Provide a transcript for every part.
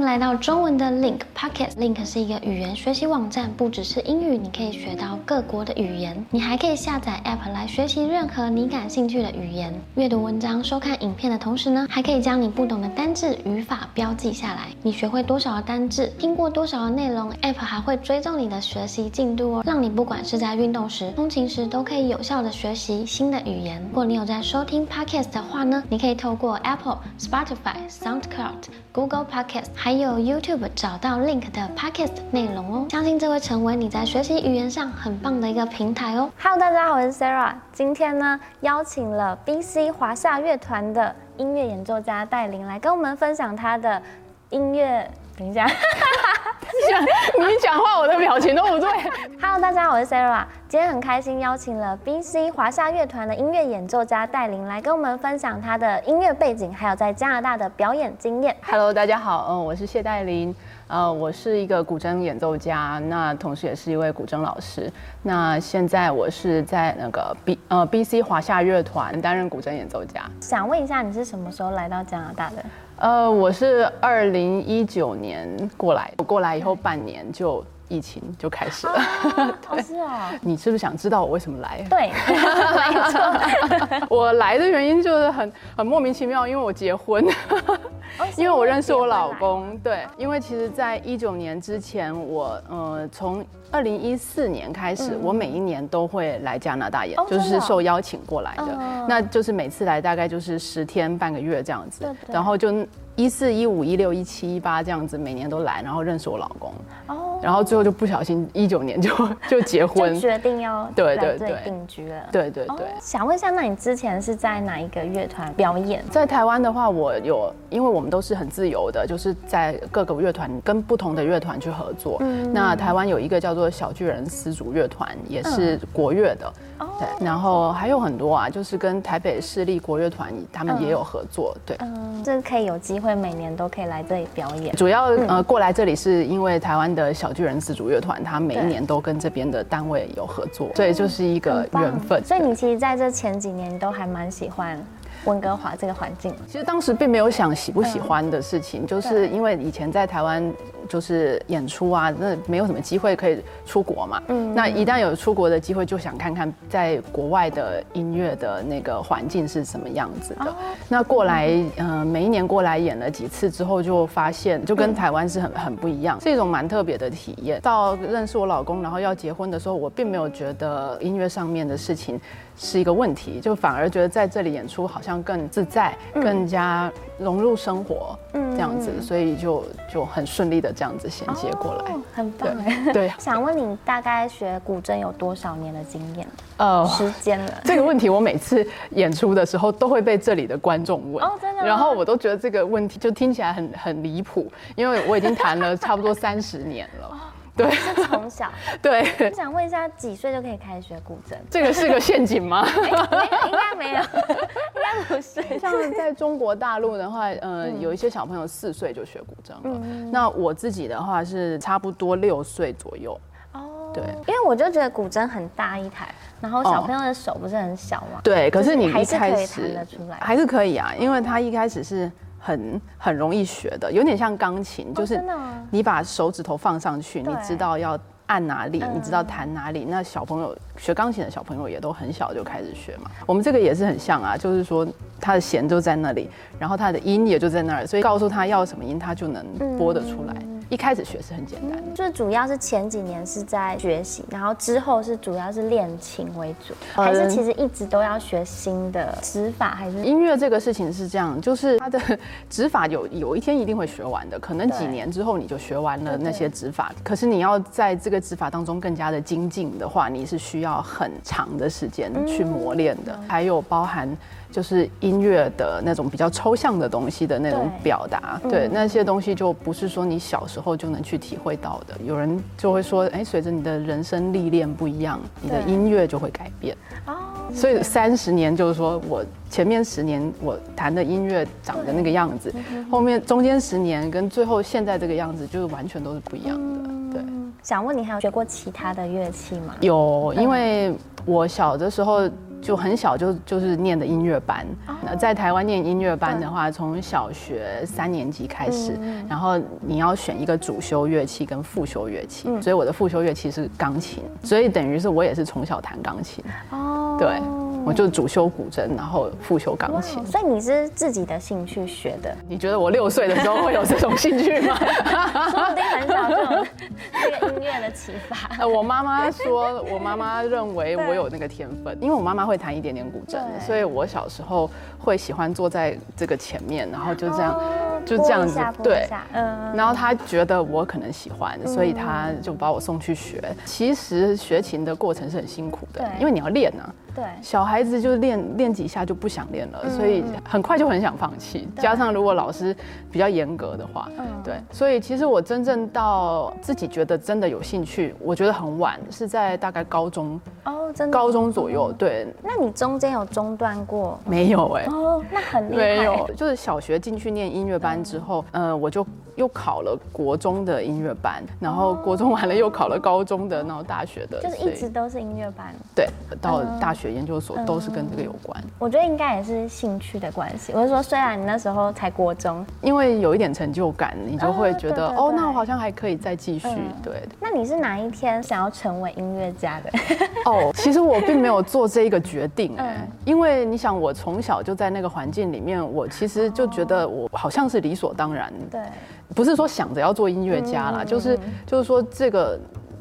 来到中文的 Link Pocket。Link 是一个语言学习网站，不只是英语，你可以学到各国的语言。你还可以下载 App 来学习任何你感兴趣的语言。阅读文章、收看影片的同时呢，还可以将你不懂的单字、语法标记下来。你学会多少的单字，听过多少的内容，App 还会追踪你的学习进度哦，让你不管是在运动时、通勤时，都可以有效的学习新的语言。如果你有在收听 Podcast 的话呢，你可以透过 Apple、Spotify、SoundCloud、Google Podcast 还有 YouTube 找到 Link 的 Podcast 内容哦。相信这会成为你在学习语言上很棒的一个平台哦。 Hello，大家好，我是 Sarah。今天呢，邀请了 BC 华夏乐团的音乐演奏家戴琳来跟我们分享她的音乐。等一下 你讲话，我的表情都不对。 ，Hello，大家好，我是 Sarah。今天很开心邀请了 BC 华夏乐团的音乐演奏家戴琳来跟我们分享她的音乐背景，还有在加拿大的表演经验。 Hello，大家好，嗯，我是谢黛琳，呃，我是一个古筝演奏家，那同时也是一位古筝老师。那现在我是在那个 B 呃 BC 华夏乐团担任古筝演奏家。想问一下，你是什么时候来到加拿大的？呃，我是二零一九年过来，我过来以后半年就疫情就开始了。 哦，是哦，你是不是想知道我为什么来？对， 没错。我来的原因就是很很莫名其妙，因为我结婚， 因为我认识我老哦公。对，因为其实，在一九年之前，我呃从二零一四年开始，我每一年都会来加拿大演，嗯哦就真的是哦受邀请过来的。嗯那就是每次来大概就是十天半个月这样子对，对然后就一四一五一六一七一八这样子，每年都来，然后认识我老公，哦，然后最后就不小心一九年就就结就婚。决定要对来对这里对定居了。对对对。哦想问一下，那你之前是在哪一个乐团表演？在台湾的话，我有，因为我们都是很自由的，就是在各个乐团跟不同的乐团去合作。嗯那台湾有一个叫做小巨人丝竹乐团，也嗯是国乐的，哦对。然后还有很多啊，就是跟台北市立国乐团，他们也有合作，对。嗯，这可以有机会每年都可以来这里表演。主要嗯呃过来这里是因为台湾的小巨人丝竹乐团，他每一对年都跟这边的单位有合作，所以就是一个哦很棒缘分。所以你其实在这前几年都还蛮喜欢温哥华这个环境。其实当时并没有想喜不嗯喜欢的事情，就是因为以前在台湾就是演出啊，那没有什么机会可以出国嘛。那一旦有出国的机会，就想看看在国外的音乐的那个环境是什么样子的。那过来，呃，每一年过来演了几次之后，就发现就跟台湾是很很不一样，是一种蛮特别的体验。到认识我老公，然后要结婚的时候，我并没有觉得音乐上面的事情是一个问题，就反而觉得在这里演出好像更自在，更加融入生活，这样嗯子，所以就就很顺利的这样子衔接过来。哦很棒哎。对对， 想问你大概学古筝有多少年的经验？呃，时间 了。这个问题我每次演出的时候都会被这里的观众问，哦真的吗然后我都觉得这个问题就听起来很很离谱，因为我已经弹了差不多三十年了。哦对是从小，对我，想问一下，几岁就可以开始学古筝？哎这个是个陷阱 吗？没有，应该没 有，应该不是。像在中国大陆的话，呃，嗯有一些小朋友四岁就学古筝了，那我自己的话是差不多六岁左右。哦，对因为我就觉得古筝很大一台，然后小朋友的手不是很小嘛，对，可是你还一是可以开弹始得出来还是可以啊，因为他一开始是很很容易学的，有点像钢琴，就是哦真的吗你把手指头放上去，对嗯你知道要按哪里，你知道弹哪里。那小朋友学钢琴的小朋友也都很小就开始学嘛，我们这个也是很像啊，就是说他的弦就在那里，然后他的音也就在那儿，所以告诉他要什么音，他就能嗯拨得出来。一开始学是很简单的。就是主要是前几年是在学习，然后之后是主要是练琴为主，还是其实一直都要学新的指法，还是音乐这个事情是这样，就是它的指法有有一天一定会学完的，可能对几年之后你就学完了那些指法。可是你要在这个指法当中更加的精进的话，你是需要很长的时间去磨练的，还有包含就是音乐的那种比较抽象的东西的那种对表达，对那些东西就不是说你小时候就能去体会到的。有人就会说，哎，随着你的人生历练不一样，你的对音乐就会改变。哦，所以三十年就是说我前面十年我弹的音乐长的那个样子，后面中间十年跟最后现在这个样子就是完全都是不一样的。对，想问你还有学过其他的乐器吗？有因为我小的时候就很小就就是念的音乐班。那在台湾念音乐班的话，从小学三年级开始，然后你要选一个主修乐器跟副修乐器，所以我的副修乐器是钢琴，所以等于是我也是从小弹钢琴。哦，对，我就主修古筝，然后副修钢琴。所以你是自己的兴趣学 的，你觉得我六岁的时候会有这种兴趣 吗？说不定很小就有这个音乐的启发。呃，我妈妈说，我妈妈认为我有那个天分，因为我妈妈会弹一点点古筝对，所以我小时候会喜欢坐在这个前面，然后 就这样，哦就这样拨一子下，拨一对。下嗯，然后她觉得我可能喜欢，所以她就把我送去学。其实学琴的过程是很辛苦的对，因为你要练啊。对，小孩子就练练几下就不想练嗯了，所以很快就很想放弃。加上如果老师比较严格的话，嗯对，所以其实我真正到自己觉得真的有兴趣，我觉得很晚，是在大概高中哦，真的。高中左右，对，那你中间有中断过？没有哎、嗯哦，那很厉害。欸嗯没有，就是小学进去念音乐班之后，呃，我就又考了国中的音乐班，然后国中完了又考了高中的，然后大学的，就是所一以直嗯都是音乐班，对，到大学研究所都是跟这个有关。我觉得应该也是兴趣的关系。我是说，虽然你那时候才国中，因为有一点成就感，你就会觉得哦对对哦，对嗯那我好像还可以再继续。对，那你是哪一天想要成为音乐家的？哦，其实我并没有做这一个决定嗯哎，因为你想，我从小就在那个环境里面，我其实就觉得我好像是理所当然， 对，嗯不是说想着要做音乐家啦，就是就是说这个。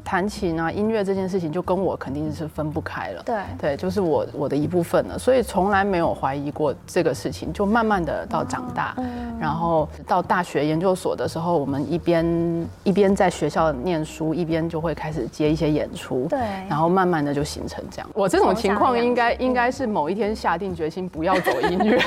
弹琴啊，音乐这件事情就跟我肯定是分不开了。对对，就是我我的一部分了，所以从来没有怀疑过这个事情。就慢慢的到长大，然后到大学研究所的时候，我们一边一边在学校念书，一边就会开始接一些演出。对然后慢慢的就形成这样。我这种情况应该应该是某一天下定决心不要走音乐。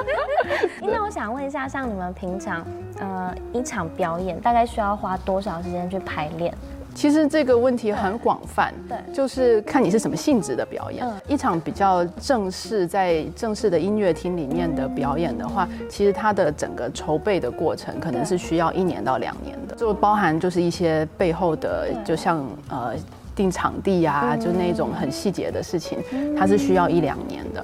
那我想问一下，像你们平常，呃，一场表演大概需要花多少时间去排练？其实这个问题很广泛，对嗯就是看你是什么性质的表演。一场比较正式在正式的音乐厅里面的表演的话，其实它的整个筹备的过程可能是需要一年到两年的，就包含就是一些背后的，就像呃。定场地嗯啊，就那种很细节的事情，它是需要一两年的。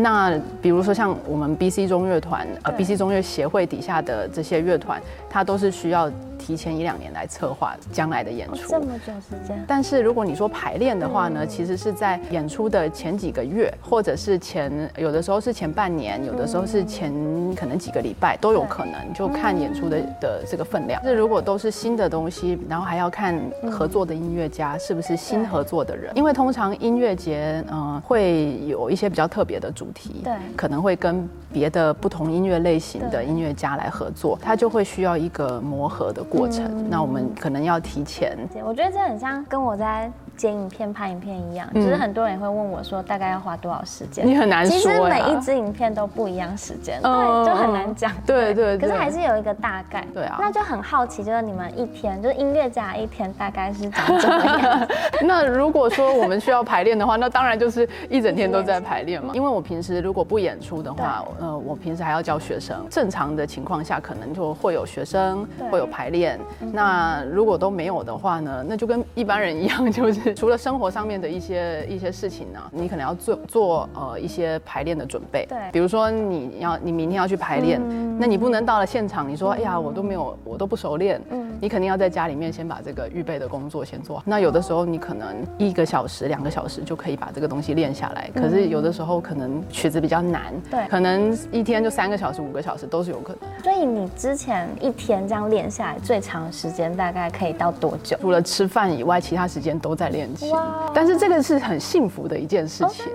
那比如说像我们 BC 中乐团，呃嗯对，BC 中乐协会底下的这些乐团，它都是需要提前一两年来策划将来的演哦出。这么久时间？但是如果你说排练的话呢，其实是在演出的前几个月，或者是前有的时候是前半年，有的时候是前可能几个礼拜都有可能，就看演出的的这个分量。那如果都是新的东西，然后还要看合作的音乐家是不是新合作的人，因为通常音乐节嗯、呃会有一些比较特别的主题，对可能会跟别的不同音乐类型的音乐家来合作，他就会需要一个磨合的过程。那我们可能要提前我觉得这很像跟我在剪影片、拍影片一样，就是很多人也会问我说，大概要花多少时间？嗯你很难其实说每啦一支影片都不一样时间，嗯对，就很难讲。对对可是对还是有一个大概。对啊那就很好奇，就是你们一天，就是音乐家一天大概是长怎么样？ 那如果说我们需要排练的话，那当然就是一整天都在排练嘛。因为我平时如果不演出的话，呃，我平时还要教学生。正常的情况下，可能就会有学生对，会有排练。那如果都没有的话呢，那就跟一般人一样，就是除了生活上面的一些一些事情呢、你可能要做做呃一些排练的准备。对嗯比如说你要你明天要去排练，那你不能到了现场，你说哎呀我都没有我都不熟练，嗯你肯定要在家里面先把这个预备的工作先做好。那有的时候你可能一个小时、两个小时就可以把这个东西练下来，可是有的时候可能曲子比较难，嗯对可能一天就三个小时、五个小时都是有可能。所以你之前一天这样练下来，最长的时间大概可以到多久？除了吃饭以外，其他时间都在练琴哇哦。但是这个是很幸福的一件事情。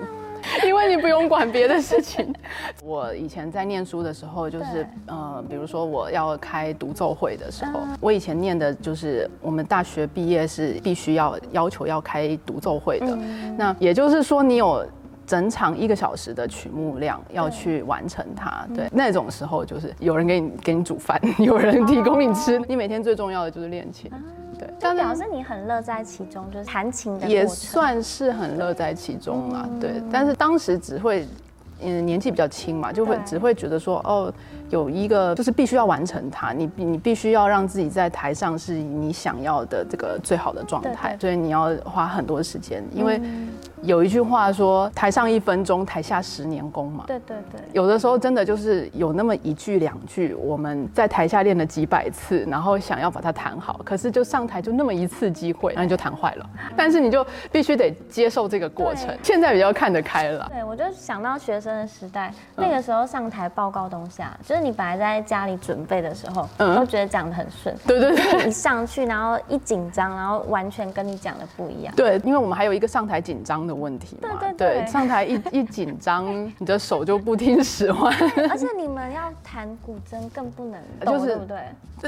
因为你不用管别的 事情。我以前在念书的时候，就是对呃，比如说我要开独奏会的时候，嗯我以前念的就是我们大学毕业是必须要要求要开独奏会的。嗯那也就是说，你有整场一个小时的曲目量要去完成它。嗯对，那种时候就是有人给你给你煮饭， 有哦人提供你吃，你每天最重要的就是练琴。对，就但是表示你很乐在其中，就是弹琴的也过程。嗯算是很乐在其中啦。对，但是当时只会。嗯年纪比较轻嘛，就会对只会觉得说哦，有一个就是必须要完成它，你你必须要让自己在台上是你想要的这个最好的状态，所以你要花很多时间，因为嗯有一句话说台上一分钟，台下十年功嘛。对对对，有的时候真的就是有那么一句两句，我们在台下练了几百次，然后想要把它弹好，可是就上台就那么一次机会，然后你就弹坏了。嗯但是你就必须得接受这个过程对。现在比较看得开 了，对，我就想到学生的时代，嗯那个时候上台报告东西啊，就是你本来在家里准备的时候，嗯都觉得讲得很顺，对对对。一上去然后一紧张，然后完全跟你讲的不 一样。对，因为我们还有一个上台紧张的问题嘛，对对对上台一一紧张，你的手就不听使唤。而且你们要弹古筝更不能呃就抖，是对不对？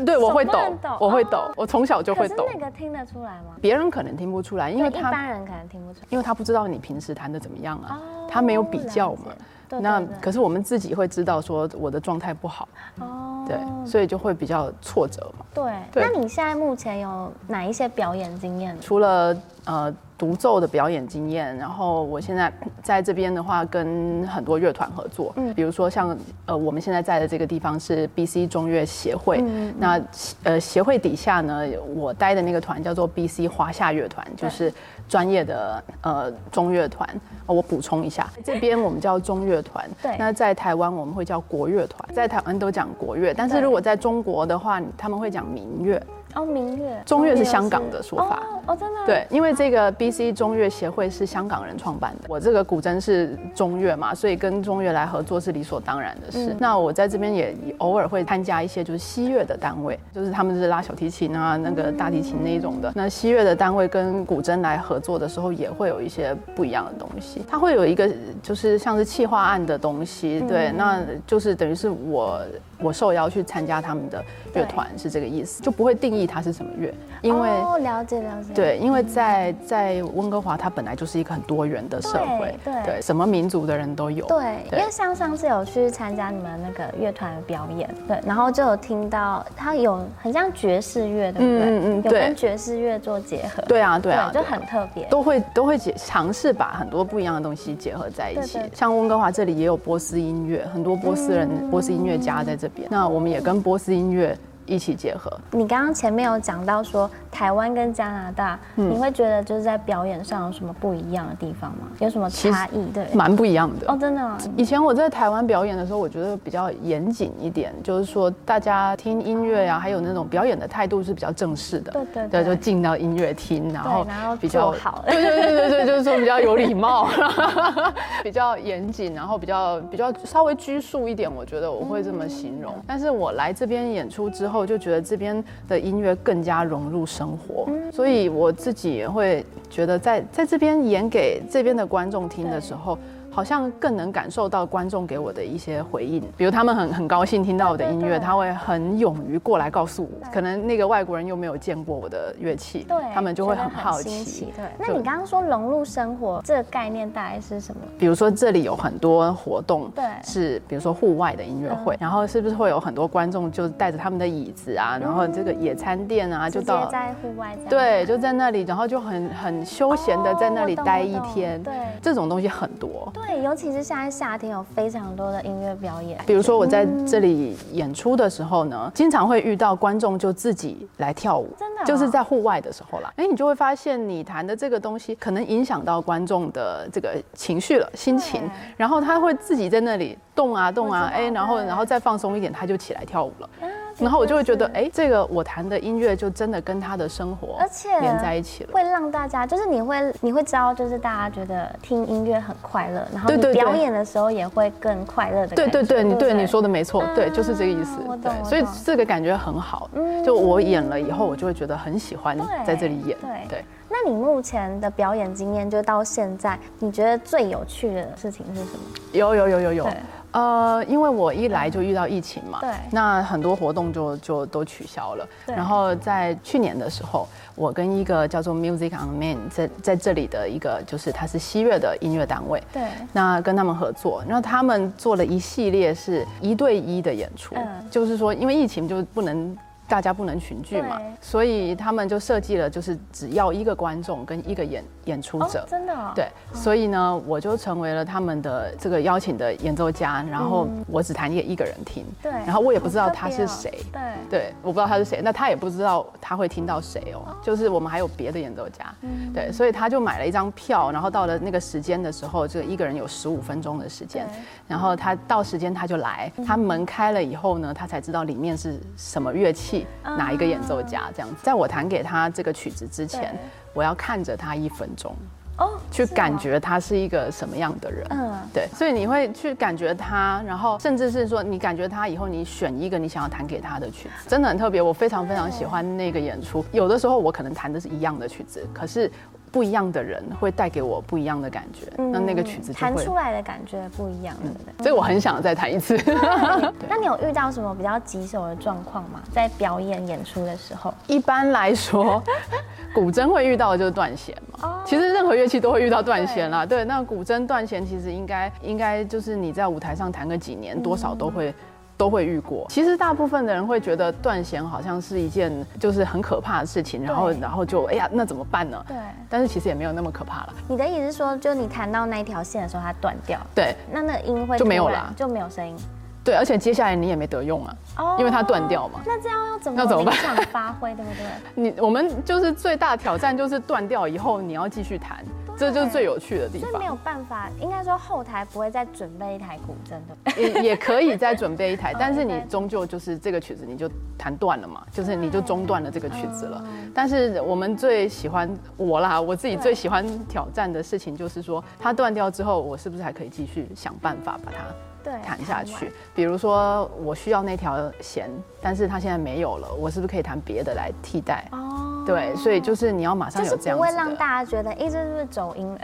对，我会手抖不能抖，我会哦抖，我从小就可会是抖那。个听得出来吗？别人可能听不出来，因对为一他般人可能听不出来。因为他不知道你平时弹的怎么样啊，哦他没有比较嘛了解。对那对对可是我们自己会知道说我的状态不好，哦对，所以就会比较挫折嘛。对。对那你现在目前有哪一些表演经验呢？除了呃独奏的表演经验，然后我现在在这边的话，跟很多乐团合作，嗯比如说像呃我们现在在的这个地方是 BC 中乐协会，嗯那呃协会底下呢，我待的那个团叫做 BC 华夏乐团，就是专业的呃中乐团、呃我补充一下，这边我们叫中乐团，对那在台湾我们会叫国乐团，在台湾都讲国乐，但是对如果在中国的话，他们会讲民乐，哦，明月。中乐是明香港的说法哦哦，真的。对，因为这个 BC 中乐协会是香港人创办的，我这个古筝是中乐嘛，所以跟中乐来合作是理所当然的事。嗯那我在这边也偶尔会参加一些就是西乐的单位，就是他们是拉小提琴啊、那个大提琴那一种的。那西乐的单位跟古筝来合作的时候，也会有一些不一样的东西。它会有一个就是像是企划案的东西，对，嗯那就是等于是我我受邀去参加他们的乐对团是这个意思，就不会定义它是什么乐，因为。哦，了解了解。对，因为在在温哥华，它本来就是一个很多元的社会，对对什么民族的人都有。对，对因为像上次有去参加你们那个乐团的表演，对，然后就有听到它有很像爵士乐，对不对？嗯嗯嗯有跟对爵士乐做结合，对啊，对啊，就对啊很特别。都会都会结尝试把很多不一样的东西结合在一起。对对对嗯像温哥华这里也有波斯音乐，很多波斯人、波斯音乐家在这边。那我们也跟波斯音乐一起结合。你刚刚前面有讲到说台湾跟加拿大，你会觉得就是在表演上有什么不一样的地方吗？有什么差异？对，蛮不一样的哦，真的吗，以前我在台湾表演的时候，我觉得比较严谨一点，就是说大家听音乐啊呀、还有那种表演的态度是比较正式的，对对对就进到音乐厅，然后然后比较坐好对对对对对，就是说比较有礼貌，比较严谨，然后比较比较稍微拘束一点，我觉得我会这么形容。但是我来这边演出之后，就觉得这边的音乐更加融入生活，所以我自己也会觉得在在这边演给这边的观众听的时候。好像更能感受到观众给我的一些回应，比如他们很很高兴听到我的音对对乐，对他会很勇于过来告诉我。可能那个外国人又没有见过我的乐器，对，他们就会觉得很好新奇。对，那你刚刚说融入生活这个概念大概是什么？比如说这里有很多活动，对嗯是比如说户外的音乐会，然后是不是会有很多观众就带着他们的椅子啊，然后这个野餐垫啊，就嗯直到接在户外这样对，就在那里，然后就很很休闲的在那里哦我懂待我一懂天，对这种东西很多。对，尤其是现在夏天有非常多的音乐表演，比如说我在这里演出的时候呢，经常会遇到观众就自己来跳舞，真的哦就是在户外的时候啦。哎，你就会发现你弹的这个东西可能影响到观众的这个情绪了、心情对，然后他会自己在那里动啊动我啊知，道哎，然后对啊然后再放松一点，他就起来跳舞了。然后我就会觉得，哎，这个我弹的音乐就真的跟他的生活而且连在一起了。会让大家就是你会你会知道，就是大家觉得听音乐很快乐，然后对你对对表演的时候也会更快乐的感觉。对对对，你不对你说的没错，对，啊就是这个意思我懂。对我，所以懂嗯这个感觉很好。就我演了以后，我就会觉得很喜欢对在这里演。对对，那你目前的表演经验就到现在，你觉得最有趣的事情是什么？有有有有有对。呃，因为我一来就遇到疫情嘛，对那很多活动就就都取消了。对然后在去年的时候，我跟一个叫做 Music on Main 在在这里的一个，就是它是西乐的音乐单位，对哦那跟他们合作，那他们做了一系列是一对一的演出，嗯就是说因为疫情就不能。大家不能群聚嘛对，所以他们就设计了，就是只要一个观众跟一个演演出哦者，，真的、哦，，对，所以呢，我就成为了他们的这个邀请的演奏家，然后我只弹给一个人听，嗯对然后我也不知道好特他别是哦谁，对。对，我不知道他是谁，那他也不知道他会听到谁哦，就是我们还有别的演奏家，嗯对，所以他就买了一张票，然后到了那个时间的时候，就一个人有十五分钟的时间对，然后他到时间他就来，他门开了以后呢，他才知道里面是什么乐器，啊哪一个演奏家这样子。在我弹给他这个曲子之前对，我要看着他一分钟。哦，去是感哦觉他是一个什么样的人。嗯嗯，对，所以你会去感觉他，然后甚至是说你感觉他以后，你选一个你想要弹给他的曲子，真的很特别。我非常非常喜欢那个演出。有的时候我可能弹的是一样的曲子，可是不一样的人会带给我不一样的感觉，那那个曲子嗯就弹会出。来的感觉不一样，对不对？所以我很想再弹一次。那你有遇到什么比较棘手的状况吗？在表演演出的时候，一般来说，古筝会遇到的就是断弦嘛。其实任何乐器都会遇到断弦啦。对，那古筝断弦其实应该应该就是你在舞台上弹个几年，多少都会。都会遇过。其实大部分的人会觉得断弦好像是一件就是很可怕的事情，然后然后就哎呀，那怎么办呢？对但是其实也没有那么可怕了。你的意思是说，就你弹到那一条线的时候，它断掉，对那那个音会就没有突然啦就没有声音对，而且接下来你也没得用啊，哦因为它断掉嘛。那这样要怎么那怎么临办场发挥，对不 对？你我们就是最大挑战就是断掉以后你要继续弹，这就是最有趣的地所以方没。有办法，应该说后台不会再准备一台古筝，对 不对？，也也可以再准备一台 但是你终究就是这个曲子你就弹断了哦嘛，就是你就中断了这个曲子了。但是我们最喜欢我啦，我自己最喜欢挑战的事情就是说，它断掉之后，我是不是还可以继续想办法把它对，弹下完去？比如说我需要那条弦，但是它现在没有了，我是不是可以弹别的来替代？哦，对，所以就是你要马上就有是这样不子会的让大家觉得，一直是不是走 音了？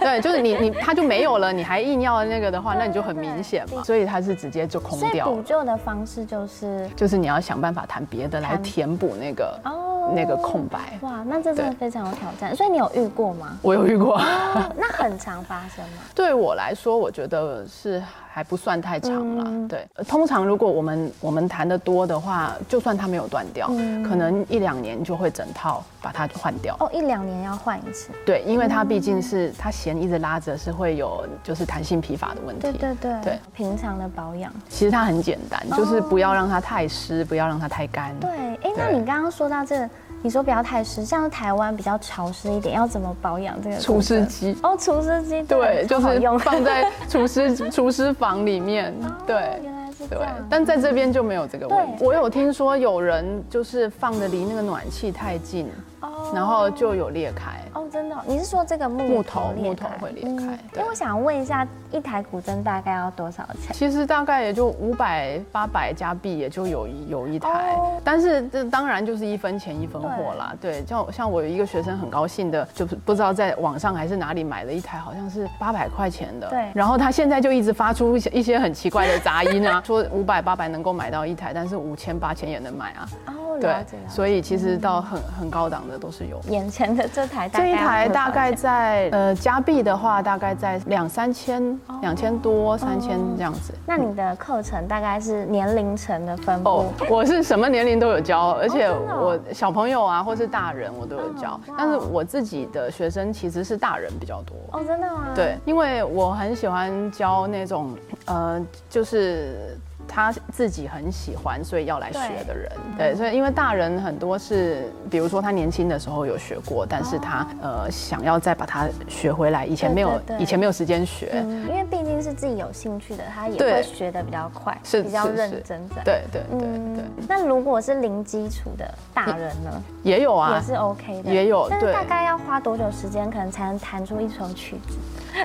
对，就是你你它就没有了，你还硬要那个的话，那你就很对对明显对嘛。所以它是直接就空所以掉了补。救的方式就是就是你要想办法谈别的来填补那个哦那个空白。哇，那这真的对非常有挑战。所以你有遇过吗？ 我有遇过， 哦，那很常发生吗？对我来说，我觉得是还不算太长啦。嗯对，呃通常如果我们我们谈的多的话，就算它没有断掉，嗯可能一两年就会整套把它换掉。哦，一两年要换一次。对，因为它毕竟是它弦一直拉着，是会有就是弹性疲乏的问题。对哦对对对，嗯平常的保养。其实它很简单，就是不要让它太湿，不要让它太干。对，哎，那你刚刚说到这个，你说不要太湿，像台湾比较潮湿一点，要怎么保养这个？除湿。机。哦，除湿机。对，超就好是用。 放在厨师厨师房里面。哦对，原来是这对样，。但在这边就没有这个问题。对我有听说有人就是放的离那个暖气太近，哦然后就有裂开。哦，真的哦、你是说这个木木头裂木头开会裂开因对为我想问一下，一台古筝大概要多少钱？其实大概也就五百八百加币，也就有一有一台哦，但是这当然就是一分钱一分货啦。对，像像我有一个学生很高兴的，就是不知道在网上还是哪里买了一台，好像是八百块钱的。对然后他现在就一直发出一些一些很奇怪的杂音啊， 说五百八百能够买到一台，但是五千八千也能买啊。哦，对了解了，解。所以其实到很很高档的都是有。眼前的这台大概这一台要多少大概钱哦在呃加币的话，大概在两三千、两千多、三千这样子。那你的课程大概是年龄层的分布？哦，我是什么年龄都有教，而且真的哦我小朋友啊，或是大人我都有教哦哇。但是我自己的学生其实是大人比较多。哦，真的吗？，对，因为我很喜欢教那种，呃，就是他自己很喜欢，所以要来学的人。对，所以因为大人很多是，比如说他年轻的时候有学过，但是他呃想要再把它学回来，以前对没有嗯对对以前没有时间学。嗯，因为毕竟是自己有兴趣的，他也对会学的比较快，是比较是是认真在。对对对嗯对，那如果是零基础的大人呢，也有啊，也是 OK 的，也有但是对大概要花多久时间，可能才能弹出一首曲子？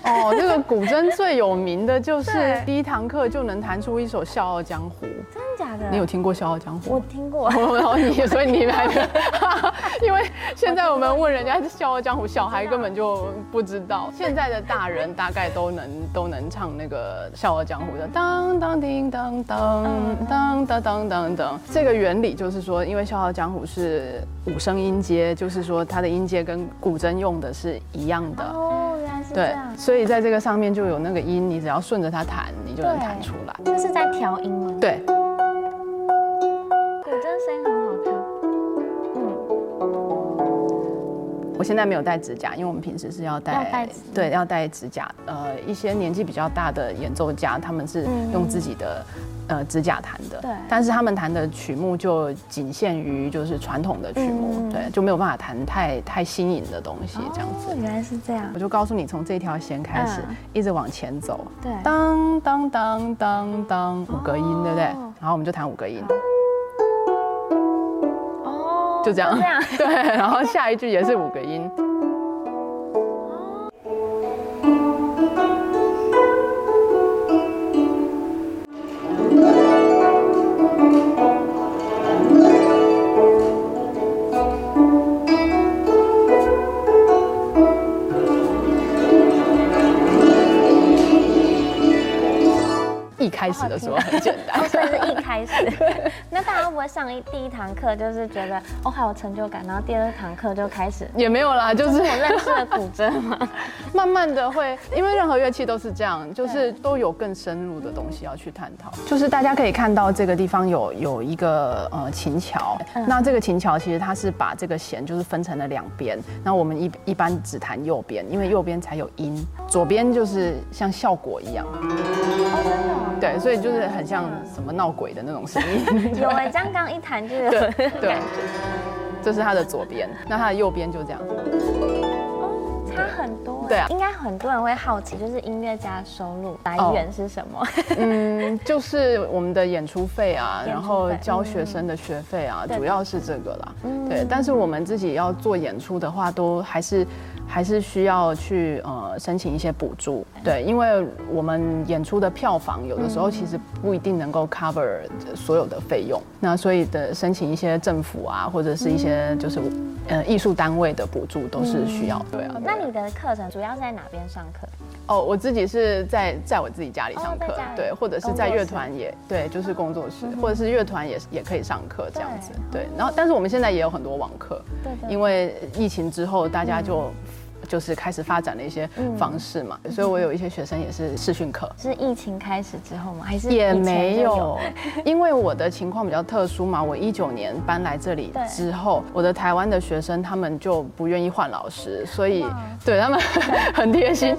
哦，这个古筝最有名的就是 对第一堂课就能弹出一首《笑傲江湖》。真的假的？你有听过《笑傲江湖》。我听过 我？然后你，所以你还 没有，因为现在我们问人家《笑傲江湖》，小孩根本就不知道。现在的大人大概都能 都能唱那个《笑傲江湖》的当当叮当当嗯当当当当当。这个原理就是说，因为《笑傲江湖》是五声音阶，就是说它的音阶跟古筝用的是一样的。哦，原来是这对样，。所以在这个上面就有那个音，你只要顺着它弹，你就能弹出来。这是在调音吗？对，古筝声音很好现在没有戴指甲，因为我们平时是要戴，要戴指甲对，要戴指甲。呃，一些年纪比较大的演奏家，他们是用自己的、呃指甲弹的，嗯对但是他们弹的曲目就仅限于就是传统的曲目，嗯对，就没有办法弹太太新颖的东西这样子。哦，原来是这 样我。就告诉你，从这条弦开始，嗯一直往前走。对当当当当当，五个音，对不对？然后我们就弹五个音，哦，就这样。这 样。对，然后下一句也是五个音。一开始的时候很简单哦，，所以是一开始。 那大家会不会上一第一堂课就是觉得哦好有成就感，然后第二堂课就开始 也没有啦，就是我认识了古筝嘛，慢慢的会，因为任何乐器都是这样，就是都有更深入的东西要去探讨。就是大家可以看到这个地方有有一个呃琴桥，那这个琴桥其实它是把这个弦就是分成了两边，那我们一一般只弹右边，因为右边才有音，左边就是像效果一样，哦真的哦对，所以就是很像什么闹鬼的那种声音。 有哎，这样刚刚一弹就有对对，这是它的左边，那它的右边就这样。差很多哎。对啊应该很多人会好奇，就是音乐家收入来源是什么？ 嗯，就是我们的演出费啊，演出费嗯然后教学生的学费啊，对嗯主要是这个啦。对，但是我们自己要做演出的话，都还是还是需要去呃申请一些补助。对，嗯因为我们演出的票房有的时候其实不一定能够 cover 所有的费用，那所以的申请一些政府啊，或者是一嗯些就是呃艺术单位的补助都是需要。对啊。 那你的课程主要是在哪边上课？哦，我自己是在在我自己家里上课，哦在家里对，或者是在乐团也对，就是工作嗯室，或者是乐团也也可以上课这样子，对。然后，但是我们现在也有很多网课，对对嗯因为疫情之后大家就。就是开始发展了一些方式嘛，嗯所以我有一些学生也是视讯课，是疫情开始之后吗？还是也以前就 没有？，因为我的情况比较特殊嘛。我一九年搬来这里对之后，我的台湾的学生他们就不愿意换老师，所以对 他们很贴心，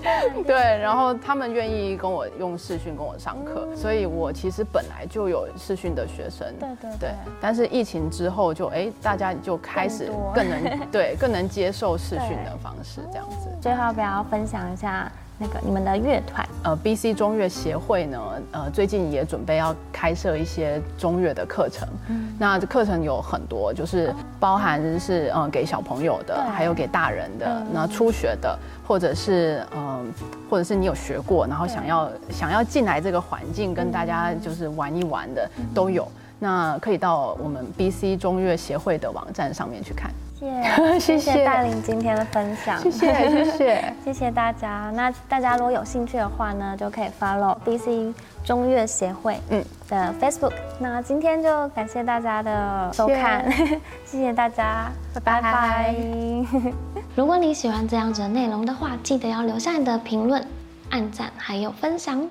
对，然后他们愿意跟我用视讯跟我上课，所以我其实本来就有视讯的学生，嗯对对对但是疫情之后就哎，大家就开始更多更能对更能接受视讯 的方式这样子。最后要不要分享一下那个你们的乐团？呃，BC 中乐协会呢，呃，最近也准备要开设一些中乐的课程。那这课程有很多，就是包含是呃给小朋友的，对还有给大人的，那初学的，或者是嗯、或者是你有学过，然后想要想要进来这个环境跟大家就是玩一玩的都有。那可以到我们 BC 中乐协会的网站上面去看。 谢谢谢谢戴琳今天的分享，谢谢，谢谢。 谢谢大家。那大家如果有兴趣的话呢，就可以 follow BC 中乐协会嗯的 Facebook。那今天就感谢大家的收看， 谢谢大家，拜拜拜如果你喜欢这样子的内容的话，记得要留下你的评论、按赞还有分享。哦